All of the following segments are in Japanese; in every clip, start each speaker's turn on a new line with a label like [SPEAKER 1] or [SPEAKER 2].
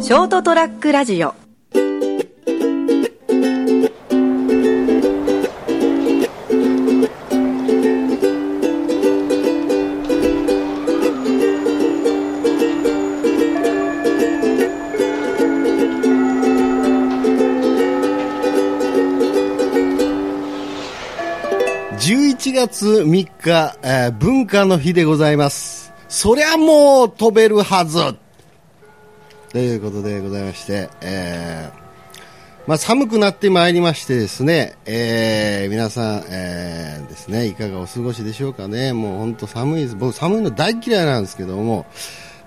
[SPEAKER 1] ショートトラックラジオ
[SPEAKER 2] 11月3日、えー文化の日でございます。そりゃもう飛べるはずということでございまして、えーまあ、寒くなってまいりましてですね、えー皆さん、えーですね、いかがお過ごしでしょうかね。もう本当寒いです。僕寒いの大嫌いなんですけども、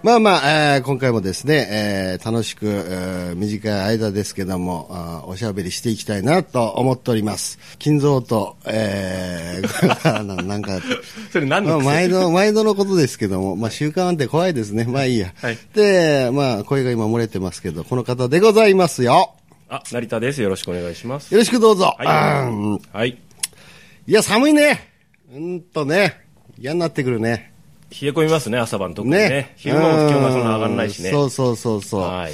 [SPEAKER 2] まあまあ、えー今回もですね、えー楽しく、えー短い間ですけどもあーおしゃべりしていきたいなと思っております。金蔵と、えー ななんか、
[SPEAKER 3] それ何の
[SPEAKER 2] まあ、毎
[SPEAKER 3] 癖
[SPEAKER 2] 度、毎度のことですけども、まあ、習慣って怖いですね。まあいいや。
[SPEAKER 3] はい
[SPEAKER 2] で、まあ、声が今漏れてますけど、この方でございますよ。
[SPEAKER 3] あ、成田です。よろしくお願いします。
[SPEAKER 2] よろしくどうぞ。あーうん
[SPEAKER 3] はい。はい。
[SPEAKER 2] いや、寒いね。うんとね。嫌になってくるね。
[SPEAKER 3] 冷え込みますね、朝晩特にね。
[SPEAKER 2] ね。
[SPEAKER 3] 昼間も気温がそんな上がらないしね。
[SPEAKER 2] うんそうそうそうそう。
[SPEAKER 3] はい。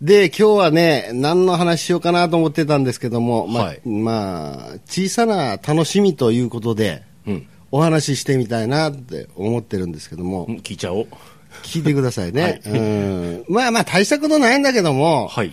[SPEAKER 2] で、今日はね、何の話しようかなと思ってたんですけども、まあ、
[SPEAKER 3] はい
[SPEAKER 2] まあ、小さな楽しみということで、
[SPEAKER 3] うん。
[SPEAKER 2] お話ししてみたいなって思ってるんですけども、
[SPEAKER 3] 聞いちゃおう。
[SPEAKER 2] 聞いてくださいね。うんまあまあ、大したことないんだけども、
[SPEAKER 3] はい。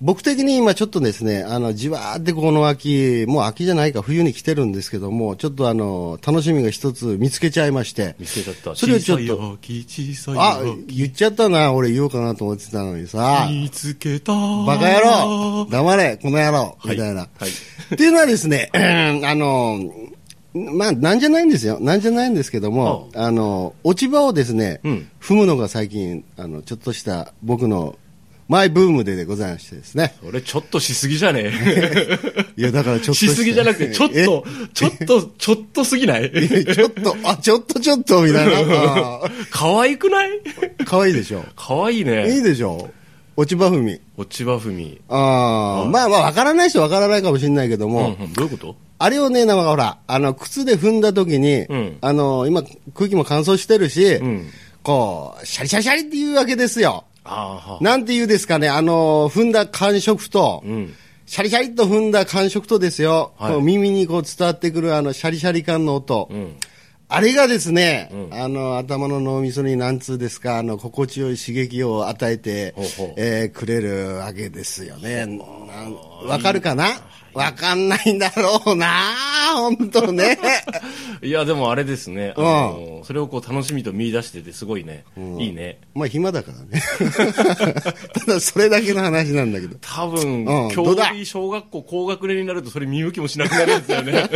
[SPEAKER 2] 僕的に今ちょっとですね、あの、じわーってこの秋、もう秋じゃないか、冬に来てるんですけども、ちょっとあの、楽しみが一つ見つけちゃいまして。
[SPEAKER 3] 見つけちゃった。
[SPEAKER 2] それをちょっ
[SPEAKER 4] 小さ
[SPEAKER 2] と、
[SPEAKER 4] い秋小さい
[SPEAKER 2] あ
[SPEAKER 4] 秋、
[SPEAKER 2] 言っちゃったな、俺言おうかなと思ってたのにさ、
[SPEAKER 4] 見つけた
[SPEAKER 2] バカ野郎黙れ、この野郎みたいな。
[SPEAKER 3] はい
[SPEAKER 2] っていうのはですね、うんあの、まあ、なんじゃないんですよ。なんじゃないんですけども、あの、落ち葉をですね、
[SPEAKER 3] うん
[SPEAKER 2] 踏むのが最近、あの、ちょっとした僕のマイブームでございましてですね。
[SPEAKER 3] 俺ちょっとしすぎじゃ ねえ。
[SPEAKER 2] いや、だからちょっと
[SPEAKER 3] しすぎじゃなくて、ちょっと、ちょっと、ちょっとすぎ ない
[SPEAKER 2] えちょっと、あ、ちょっとちょっと、みた いな。あ
[SPEAKER 3] 可愛くない
[SPEAKER 2] ー可愛いでしょ。
[SPEAKER 3] 可愛い
[SPEAKER 2] いい
[SPEAKER 3] ね。
[SPEAKER 2] でしょ。落ち葉踏み。
[SPEAKER 3] 落ち葉踏み。
[SPEAKER 2] あーまあまあ、わからない人はわからないかもしれないけど
[SPEAKER 3] うん
[SPEAKER 2] も、
[SPEAKER 3] うん、どういうこと
[SPEAKER 2] あれをね、なんかほら、あの、靴で踏んだ時に、
[SPEAKER 3] うん
[SPEAKER 2] あの、今、空気も乾燥してるし、
[SPEAKER 3] ん
[SPEAKER 2] こう、シャリシャリシャリっていうわけですよ。
[SPEAKER 3] ああ、
[SPEAKER 2] なんて言うですかね、あの、踏んだ感触と、
[SPEAKER 3] うん。
[SPEAKER 2] シャリシャリっと踏んだ感触とですよ、
[SPEAKER 3] はい
[SPEAKER 2] こう耳にこう伝わってくるあの、シャリシャリ感の音。
[SPEAKER 3] うん。
[SPEAKER 2] あれがですね、あの、頭の脳みそになんつうですか、あの、心地よい刺激を与えて
[SPEAKER 3] ほうほう、
[SPEAKER 2] えーくれるわけですよね。なんわかるかなわかんないんだろうな本当 ね。
[SPEAKER 3] いや、でもあれですね。あのそれをこう楽しみと見出してて、すごいね。いいね。
[SPEAKER 2] まあ暇だからね。 ただそれだけの話なんだけど。
[SPEAKER 3] 多分、
[SPEAKER 2] うんど
[SPEAKER 3] 教
[SPEAKER 2] うだ
[SPEAKER 3] 理小学校高学年になるとそれ見向きもしなくなるんです よね。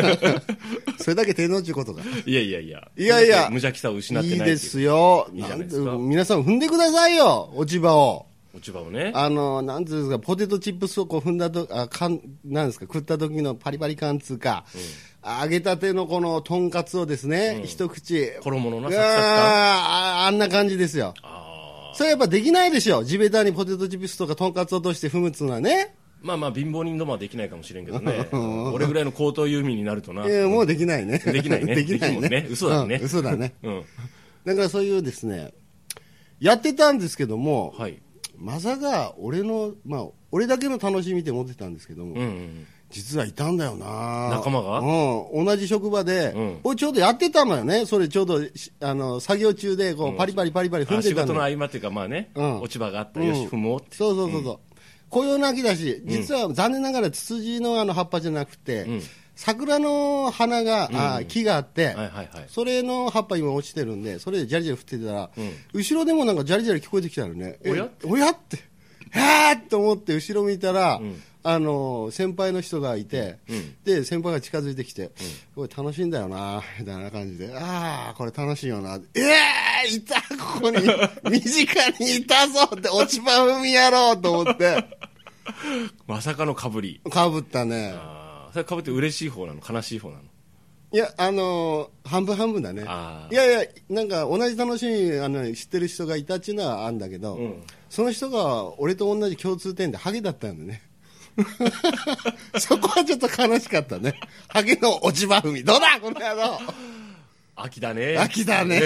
[SPEAKER 2] それだけ手の内ことが。
[SPEAKER 3] いやいやいや。
[SPEAKER 2] いやいや
[SPEAKER 3] 無邪気さを失ってない
[SPEAKER 2] い
[SPEAKER 3] ってい
[SPEAKER 2] で
[SPEAKER 3] う
[SPEAKER 2] すよ。
[SPEAKER 3] いいじ
[SPEAKER 2] な
[SPEAKER 3] ゃ
[SPEAKER 2] ん
[SPEAKER 3] ないで
[SPEAKER 2] て
[SPEAKER 3] すか
[SPEAKER 2] 皆さん踏んでくださいよ、落ち葉を。
[SPEAKER 3] 落ち葉をね。
[SPEAKER 2] あの、なんつうんですか、ポテトチップスをこう踏んだと、あ、かん、なんですか、食った時のパリパリ感つうか、揚げたてのこのとんかつをですね、一口。
[SPEAKER 3] 衣のな
[SPEAKER 2] うわ
[SPEAKER 3] サクサク感。
[SPEAKER 2] ああんな感じですよ。
[SPEAKER 3] あー
[SPEAKER 2] それやっぱできないでしょ。地べたにポテトチップスとかとんかつを落として踏むっつうのはね。
[SPEAKER 3] まあまあ、貧乏人どもはできないかもしれんけどね。俺ぐらいの高等遊民になるとな。
[SPEAKER 2] えーもうできないね。
[SPEAKER 3] できないね
[SPEAKER 2] できな
[SPEAKER 3] できる
[SPEAKER 2] い
[SPEAKER 3] もん
[SPEAKER 2] ね。
[SPEAKER 3] ね嘘だね
[SPEAKER 2] うん嘘だね。
[SPEAKER 3] うん。
[SPEAKER 2] だからそういうですね、やってたんですけども、
[SPEAKER 3] はい。
[SPEAKER 2] まさか俺の、まあ、俺だけの楽しみって思ってたんですけども、
[SPEAKER 3] うんうん。
[SPEAKER 2] 実はいたんだよな
[SPEAKER 3] 仲間が
[SPEAKER 2] うん、同じ職場で、
[SPEAKER 3] うん
[SPEAKER 2] 俺ちょうどやってたのよねそれちょうどしあの作業中でこうパリパリパリパリ踏
[SPEAKER 3] あ
[SPEAKER 2] んで
[SPEAKER 3] 仕
[SPEAKER 2] た
[SPEAKER 3] 事の
[SPEAKER 2] のよ
[SPEAKER 3] 合間っていうか、まあね、
[SPEAKER 2] うん
[SPEAKER 3] 落ち葉があったらよし、
[SPEAKER 2] うん
[SPEAKER 3] 踏もうって。
[SPEAKER 2] そうそうそうそう雇用の秋だし実は残念ながらツツジのあの葉っぱじゃなくて、
[SPEAKER 3] ん
[SPEAKER 2] 桜の花が、あ木があって、
[SPEAKER 3] はいはいはい。
[SPEAKER 2] それの葉っぱ今落ちてるんでそれでジャリジャリ振ってたら、
[SPEAKER 3] ん
[SPEAKER 2] 後ろでもなんかジャリジャリ聞こえてきたのねえ
[SPEAKER 3] おや
[SPEAKER 2] おやってへーっと思って後ろ見たら、あの先輩の人がいて、で先輩が近づいてきて、これ楽しいんだよなみたいな感じでああこれ楽しいよなええー、いたこ こに身近にいたぞって落ち葉踏みやろうと思って
[SPEAKER 3] まさかの被り。
[SPEAKER 2] かぶったね
[SPEAKER 3] ああ。それ被って嬉しい方なの悲しい方なの
[SPEAKER 2] いや、あのー半分半分だね
[SPEAKER 3] あ。ー
[SPEAKER 2] いやいや、なんか同じ楽しみあの知ってる人がいたっていうのはあるんだけど、
[SPEAKER 3] ん
[SPEAKER 2] その人が俺と同じ共通点でハゲだったんだね。 そこはちょっと悲しかったね。ハゲの落ち葉踏み。どうだこの野郎
[SPEAKER 3] 秋だね。
[SPEAKER 2] 秋だね。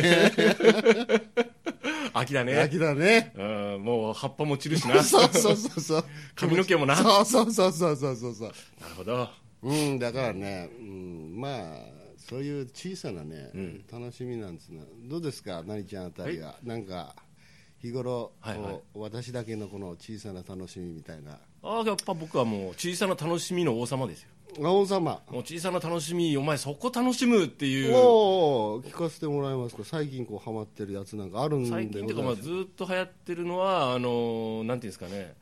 [SPEAKER 3] 秋だね。
[SPEAKER 2] 秋だね。
[SPEAKER 3] うん、もう葉っぱも散る しな。
[SPEAKER 2] そうそうそうそう。
[SPEAKER 3] 髪の毛もな
[SPEAKER 2] そうそうそうそうそうそうそう。
[SPEAKER 3] なるほど。
[SPEAKER 2] うん、だからね、うん、まあ、そういう小さなね、楽しみなんですね。どうですか、なにちゃんあたりは。なんか、日頃、
[SPEAKER 3] はいはい
[SPEAKER 2] こう私だけのこの小さな楽しみみたいな。
[SPEAKER 3] ああ、やっぱ僕はもう小さな楽しみの王様ですよ。
[SPEAKER 2] 王様。
[SPEAKER 3] もう小さな楽しみ、お前そこ楽しむっていう。
[SPEAKER 2] おお聞かせてもらえますか最近こうハマってるやつなんかあるんで
[SPEAKER 3] 最近っていうか、まあ、ずーっと流行ってるのは、あのーなんていうんですかね、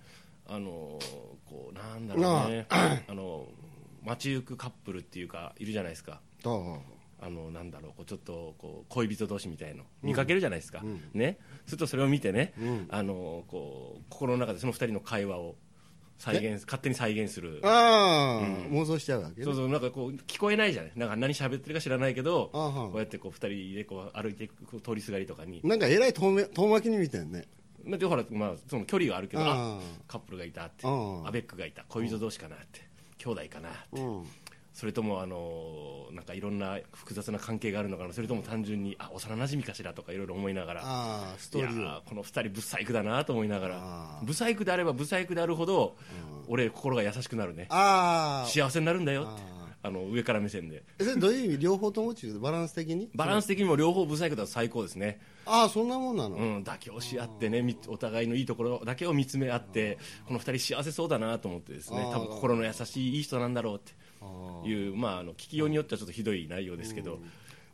[SPEAKER 3] あのーこう、なんだろうね、あのー街行くカップルっていうか、いるじゃないですか。
[SPEAKER 2] あ
[SPEAKER 3] あのなんだろうこうちょっとこう恋人同士みたいの見かけるじゃないですか、ねするとそれを見てね、あのこう心の中でその二人の会話を再現勝手に再現する
[SPEAKER 2] あー、妄想しちゃうわけね
[SPEAKER 3] そうそうなんかこう聞こえないじゃないなんか何喋ってるか知らないけど
[SPEAKER 2] あは
[SPEAKER 3] こうやってこう二人でこう歩いていくこう通りすがりとかに
[SPEAKER 2] なんかえらい遠め遠巻きに見たよね
[SPEAKER 3] まあでほら、まあ、その距離があるけど
[SPEAKER 2] あ
[SPEAKER 3] あ
[SPEAKER 2] ー
[SPEAKER 3] カップルがいたって
[SPEAKER 2] うん
[SPEAKER 3] アベックがいた恋人同士かなって兄弟かなって
[SPEAKER 2] うん
[SPEAKER 3] それともあのなんかいろんな複雑な関係があるのかなそれとも単純にあ幼馴染かしらとかいろいろ思いながら
[SPEAKER 2] ああス
[SPEAKER 3] い
[SPEAKER 2] トー
[SPEAKER 3] や
[SPEAKER 2] リーを
[SPEAKER 3] ーこの二人ブサイクだなと思いなが
[SPEAKER 2] あ
[SPEAKER 3] らブサイクであればブサイクであるほど俺心が優しくなるね
[SPEAKER 2] ああ
[SPEAKER 3] 幸せになるんだよってあの上から目線で
[SPEAKER 2] それどういう意味両方ともっていうバランス的に
[SPEAKER 3] バランス的にも両方ブサイクだと最高ですね
[SPEAKER 2] ああそんなもんなの、
[SPEAKER 3] うん、妥協し合ってね、みお互いのいいところだけを見つめ合って、この二人幸せそうだなと思ってですね
[SPEAKER 2] あ、ー
[SPEAKER 3] 多分心の優しいいい人なんだろう
[SPEAKER 2] あ
[SPEAKER 3] っていう、まあ、あの、聞きようによってはちょっとひどい内容ですけど、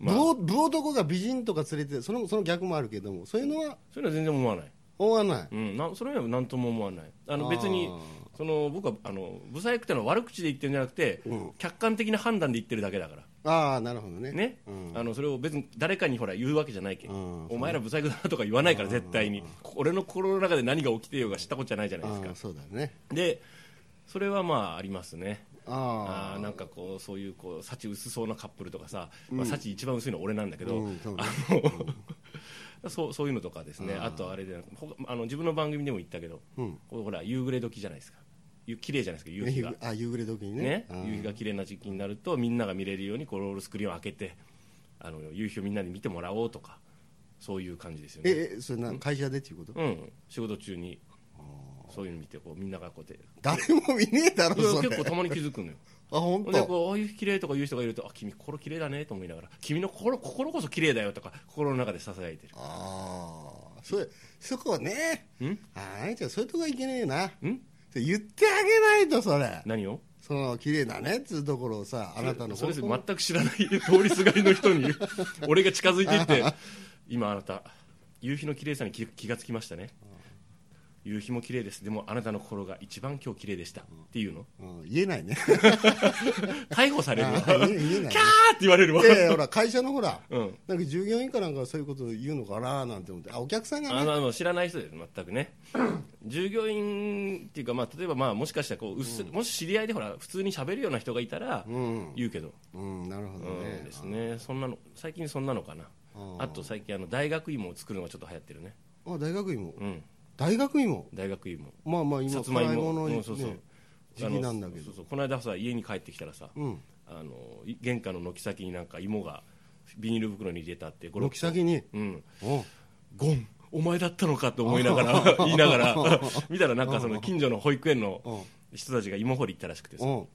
[SPEAKER 3] ま
[SPEAKER 2] ぶ
[SPEAKER 3] あ、
[SPEAKER 2] ぶ男が美人とか連れてそのその逆もあるけどもそういうのは
[SPEAKER 3] そういうのは全然思わない。
[SPEAKER 2] 思わない
[SPEAKER 3] うん、なそれは何とも思わない。あの、
[SPEAKER 2] あー
[SPEAKER 3] 別に、その、僕は、あの、不細工ってのは悪口で言ってるんじゃなくて、客観的な判断で言ってるだけだから。
[SPEAKER 2] ああなるほどね
[SPEAKER 3] ね、あのそれを別に誰かにほら言うわけじゃないけん、
[SPEAKER 2] うん
[SPEAKER 3] お前ら不細工だなとか言わないから絶対に俺の心の中で何が起きてようが知ったことじゃないじゃない
[SPEAKER 2] あ
[SPEAKER 3] ですか
[SPEAKER 2] あそうだね
[SPEAKER 3] でそれはまあありますね
[SPEAKER 2] あ
[SPEAKER 3] あーなんかこうそういうこう幸薄そうなカップルとかさ、まあ、幸一番薄いのは俺なんだけど、
[SPEAKER 2] うんそうね
[SPEAKER 3] あの そうそういうのとかですねあとあれでほかあの自分の番組でも言ったけど、こうほら夕暮れ時じゃないですかゆ綺麗じゃないですか
[SPEAKER 2] あ
[SPEAKER 3] 夕日
[SPEAKER 2] 夕
[SPEAKER 3] が
[SPEAKER 2] 暮。あ夕暮れ時にね
[SPEAKER 3] ね、夕日が綺麗な時期になるとみんなが見れるようにこうロールスクリーンを開けてあの夕日をみんなで見てもらおうとかそういう感じですよね
[SPEAKER 2] ええそれな会社でっていうこと、
[SPEAKER 3] うん、仕事中にそういうの見てこうみんながこうやって
[SPEAKER 2] 誰も見ねえだろ
[SPEAKER 3] いや
[SPEAKER 2] それ
[SPEAKER 3] 結構たまに気づくのよ
[SPEAKER 2] あ本
[SPEAKER 3] ほんで
[SPEAKER 2] 当
[SPEAKER 3] こうああいう綺麗とか言う人がいるとあ君心綺麗だねと思いながら君の心心こそ綺麗だよとか心の中で囁いてる
[SPEAKER 2] ああそれそこね
[SPEAKER 3] ん
[SPEAKER 2] ああいちゃんそういうとこいけねえなんそれ言ってあげないとそれ
[SPEAKER 3] 何を
[SPEAKER 2] その綺麗だねっつうところをさあなたの
[SPEAKER 3] それそれ
[SPEAKER 2] 本
[SPEAKER 3] 全く知らない通りすがりの人に 俺が近づいていって今あなた夕日の綺麗さに気気がつきましたね夕日も綺麗ですでもあなたの心が一番今日綺麗でしたっていうの
[SPEAKER 2] 当うん、言えないね
[SPEAKER 3] 逮捕される わ
[SPEAKER 2] あ
[SPEAKER 3] キャ
[SPEAKER 2] ー
[SPEAKER 3] ーっ
[SPEAKER 2] 言え言えないね
[SPEAKER 3] て言われるわ
[SPEAKER 2] でほら会社のほら、
[SPEAKER 3] うん
[SPEAKER 2] なんか従業員かなんかそういうこと言うのかななんて思ってあお客さんが
[SPEAKER 3] あ
[SPEAKER 2] ね
[SPEAKER 3] のあの知らない人です、全くね、従業員っていうか、まあ、例えば、まあ、もしかしたらこううっす、もし知り合いでほら普通に喋るような人がいたら
[SPEAKER 2] ん
[SPEAKER 3] 言うけど、
[SPEAKER 2] うんなるほど
[SPEAKER 3] うん
[SPEAKER 2] ね
[SPEAKER 3] ですねそんなの最近そんなのかな、
[SPEAKER 2] あ
[SPEAKER 3] あと最近あの、大学芋を作るのがちょっと流行ってるね、
[SPEAKER 2] あ大学芋
[SPEAKER 3] うん、
[SPEAKER 2] 大学芋
[SPEAKER 3] 大学芋、
[SPEAKER 2] まあまあ今
[SPEAKER 3] さつまい
[SPEAKER 2] 辛い
[SPEAKER 3] も、
[SPEAKER 2] ものに
[SPEAKER 3] う
[SPEAKER 2] ね
[SPEAKER 3] んそうそう
[SPEAKER 2] 時期なんだけど
[SPEAKER 3] あのそうそうこの間さ、家に帰ってきたらさ、
[SPEAKER 2] うん
[SPEAKER 3] あのい玄関の軒先になんか芋がビニール袋に入れたって、これ
[SPEAKER 2] 軒先に
[SPEAKER 3] うん、
[SPEAKER 2] お
[SPEAKER 3] ゴンお前だったのかと思いな がら言いながら見たらなんかその近所の保育園の人たちが芋掘り行ったらしくてさ
[SPEAKER 2] お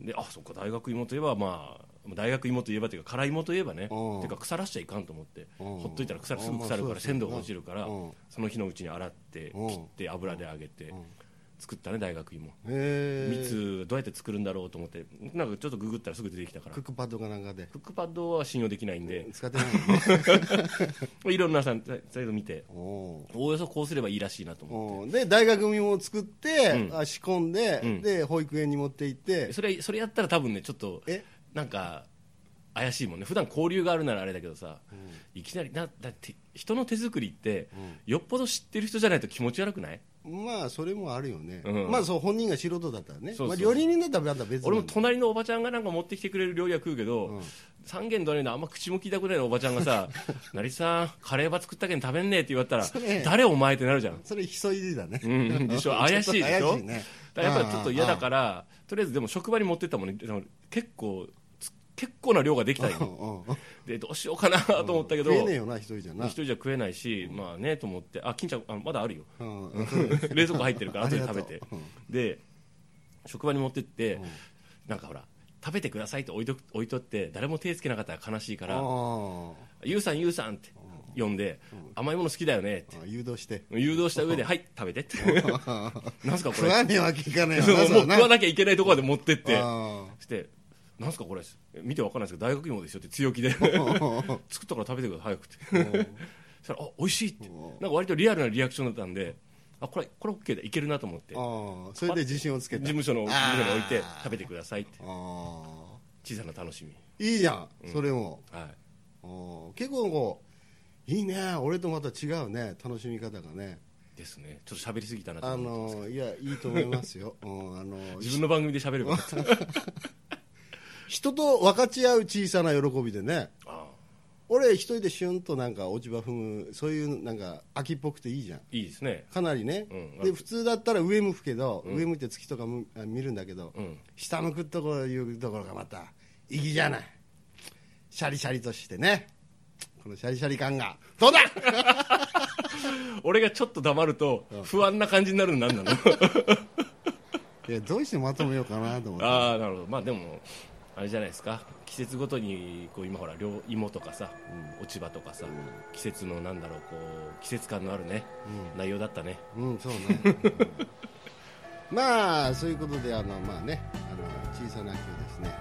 [SPEAKER 3] であそっか大学芋といえばまあ大学芋といえばというか辛い芋といえばね
[SPEAKER 2] うん
[SPEAKER 3] てか腐らしちゃいかんと思って
[SPEAKER 2] うん
[SPEAKER 3] ほっといたら腐るすぐ腐るから鮮度が落ちるからその日のうちに洗って
[SPEAKER 2] うん
[SPEAKER 3] 切って油で揚げて作ったね大学芋
[SPEAKER 2] へえ
[SPEAKER 3] 蜜どうやって作るんだろうと思ってなんかちょっとググったらすぐ出てきたから
[SPEAKER 2] クックパッドかなんかで
[SPEAKER 3] クックパッドは信用できないんで
[SPEAKER 2] 使ってないのね
[SPEAKER 3] いろんなさサイト見て
[SPEAKER 2] お う
[SPEAKER 3] おおよそこうすればいいらしいなと思って。
[SPEAKER 2] おうで大学芋を作って
[SPEAKER 3] うん
[SPEAKER 2] あ仕込んで
[SPEAKER 3] ん
[SPEAKER 2] で保育園に持って行って
[SPEAKER 3] それそれやったら多分ねちょっと
[SPEAKER 2] え
[SPEAKER 3] なんか怪しいもんね普段交流があるならあれだけどさ、いきなりなだって人の手作りって、よっぽど知ってる人じゃないと気持ち悪くない
[SPEAKER 2] まあそれもあるよね
[SPEAKER 3] うん
[SPEAKER 2] まあそう本人が素人だったらね
[SPEAKER 3] そうそう
[SPEAKER 2] まあ料理人だったらまた別
[SPEAKER 3] 俺も
[SPEAKER 2] に
[SPEAKER 3] 隣のおばちゃんがなんか持ってきてくれる料理は食うけど、三軒隣のあんま口も聞いたくないのおばちゃん がさ「成さんカレーば作ったけん食べんねえ」って言われたら
[SPEAKER 2] それ
[SPEAKER 3] 「誰お前」ってなるじゃん
[SPEAKER 2] それ急いでだね
[SPEAKER 3] うん、でしょ怪しいでしょ
[SPEAKER 2] 怪しいね
[SPEAKER 3] だからやっぱりちょっと嫌だからとりあえずでも職場に持ってったもんねでも結構つ結構な量ができたよ
[SPEAKER 2] うんうん
[SPEAKER 3] でどうしようかなと思ったけど
[SPEAKER 2] 食えねえよな一人じゃな
[SPEAKER 3] 一人じゃ食えないし、まあねと思ってあ金ちゃんあのまだあるよ
[SPEAKER 2] うん
[SPEAKER 3] 冷蔵庫入ってるから後で食べ
[SPEAKER 2] あり
[SPEAKER 3] て
[SPEAKER 2] がとう
[SPEAKER 3] で職場に持ってって、なんかほら食べてくださいって置いとく置いとって誰も手つけなかったら悲しいから
[SPEAKER 2] あ
[SPEAKER 3] 「ゆうさんゆうさん」って呼んで「甘いもの好きだよね」って
[SPEAKER 2] あ誘導 して
[SPEAKER 3] 誘導した上で「はい食べて」って なんすかこ
[SPEAKER 2] 食
[SPEAKER 3] れ
[SPEAKER 2] わねえわけいかねえ
[SPEAKER 3] そう
[SPEAKER 2] よ
[SPEAKER 3] も
[SPEAKER 2] なそ
[SPEAKER 3] う
[SPEAKER 2] れ
[SPEAKER 3] 食わなきゃいけないところまで持ってって
[SPEAKER 2] あ
[SPEAKER 3] そして「なんすかこれ見てわかんないですけど大学芋ですよ」って強 気で作ったから食べてください早くって そしたら「あ美味しい」って
[SPEAKER 2] うん
[SPEAKER 3] なんか割とリアルなリアクションだったんであこれこれ OK だいけるなと思って
[SPEAKER 2] あああそれで自信をつけ
[SPEAKER 3] 事
[SPEAKER 2] た
[SPEAKER 3] 務所の事務所に置いて
[SPEAKER 2] あー
[SPEAKER 3] 食べてくださいって
[SPEAKER 2] ああ
[SPEAKER 3] 小さな楽しみ
[SPEAKER 2] いいじゃんそれも
[SPEAKER 3] はい
[SPEAKER 2] ああ結構こういいね俺とまた違うね楽しみ方がね
[SPEAKER 3] ですねちょっと喋りすぎたなと
[SPEAKER 2] あ
[SPEAKER 3] 思って
[SPEAKER 2] のいやいいと思います ようんあの
[SPEAKER 3] 自分の番組で喋ればよか った
[SPEAKER 2] 人と分かち合う小さな喜びでね
[SPEAKER 3] ああ
[SPEAKER 2] 俺一人でシュンとなんか落ち葉踏むそういうなんか秋っぽくていいじゃん
[SPEAKER 3] いいですね
[SPEAKER 2] かなりね、
[SPEAKER 3] うん
[SPEAKER 2] で普通だったら上向くけど、上向いて月とかむあ見るんだけど、
[SPEAKER 3] うん
[SPEAKER 2] 下向くとこいうところがまた粋じゃないシャリシャリとしてねこのシャリシャリ感がどう だ
[SPEAKER 3] 俺がちょっと黙ると不安な感じになるの何なの
[SPEAKER 2] いやどうしてまとめようかなと思って
[SPEAKER 3] ああなるほどまあでもあれじゃないですか季節ごとにこう今ほら両芋とかさ、落ち葉とかさ、季節のなんだろうこう季節感のあるね、内容だったね
[SPEAKER 2] うんそうね、 うんまあそういうことであのまあねあの小さな秋をですね
[SPEAKER 3] うんは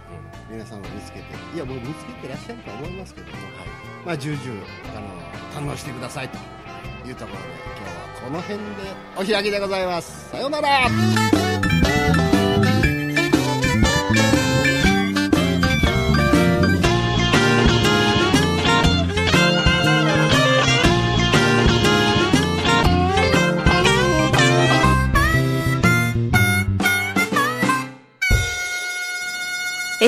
[SPEAKER 2] 皆さんを見つけていやもう見つけてらっしゃると思いますけども、まあ、重々あの堪能してくださいというところで今日はこの辺でお開きでございますさようなら
[SPEAKER 1] ー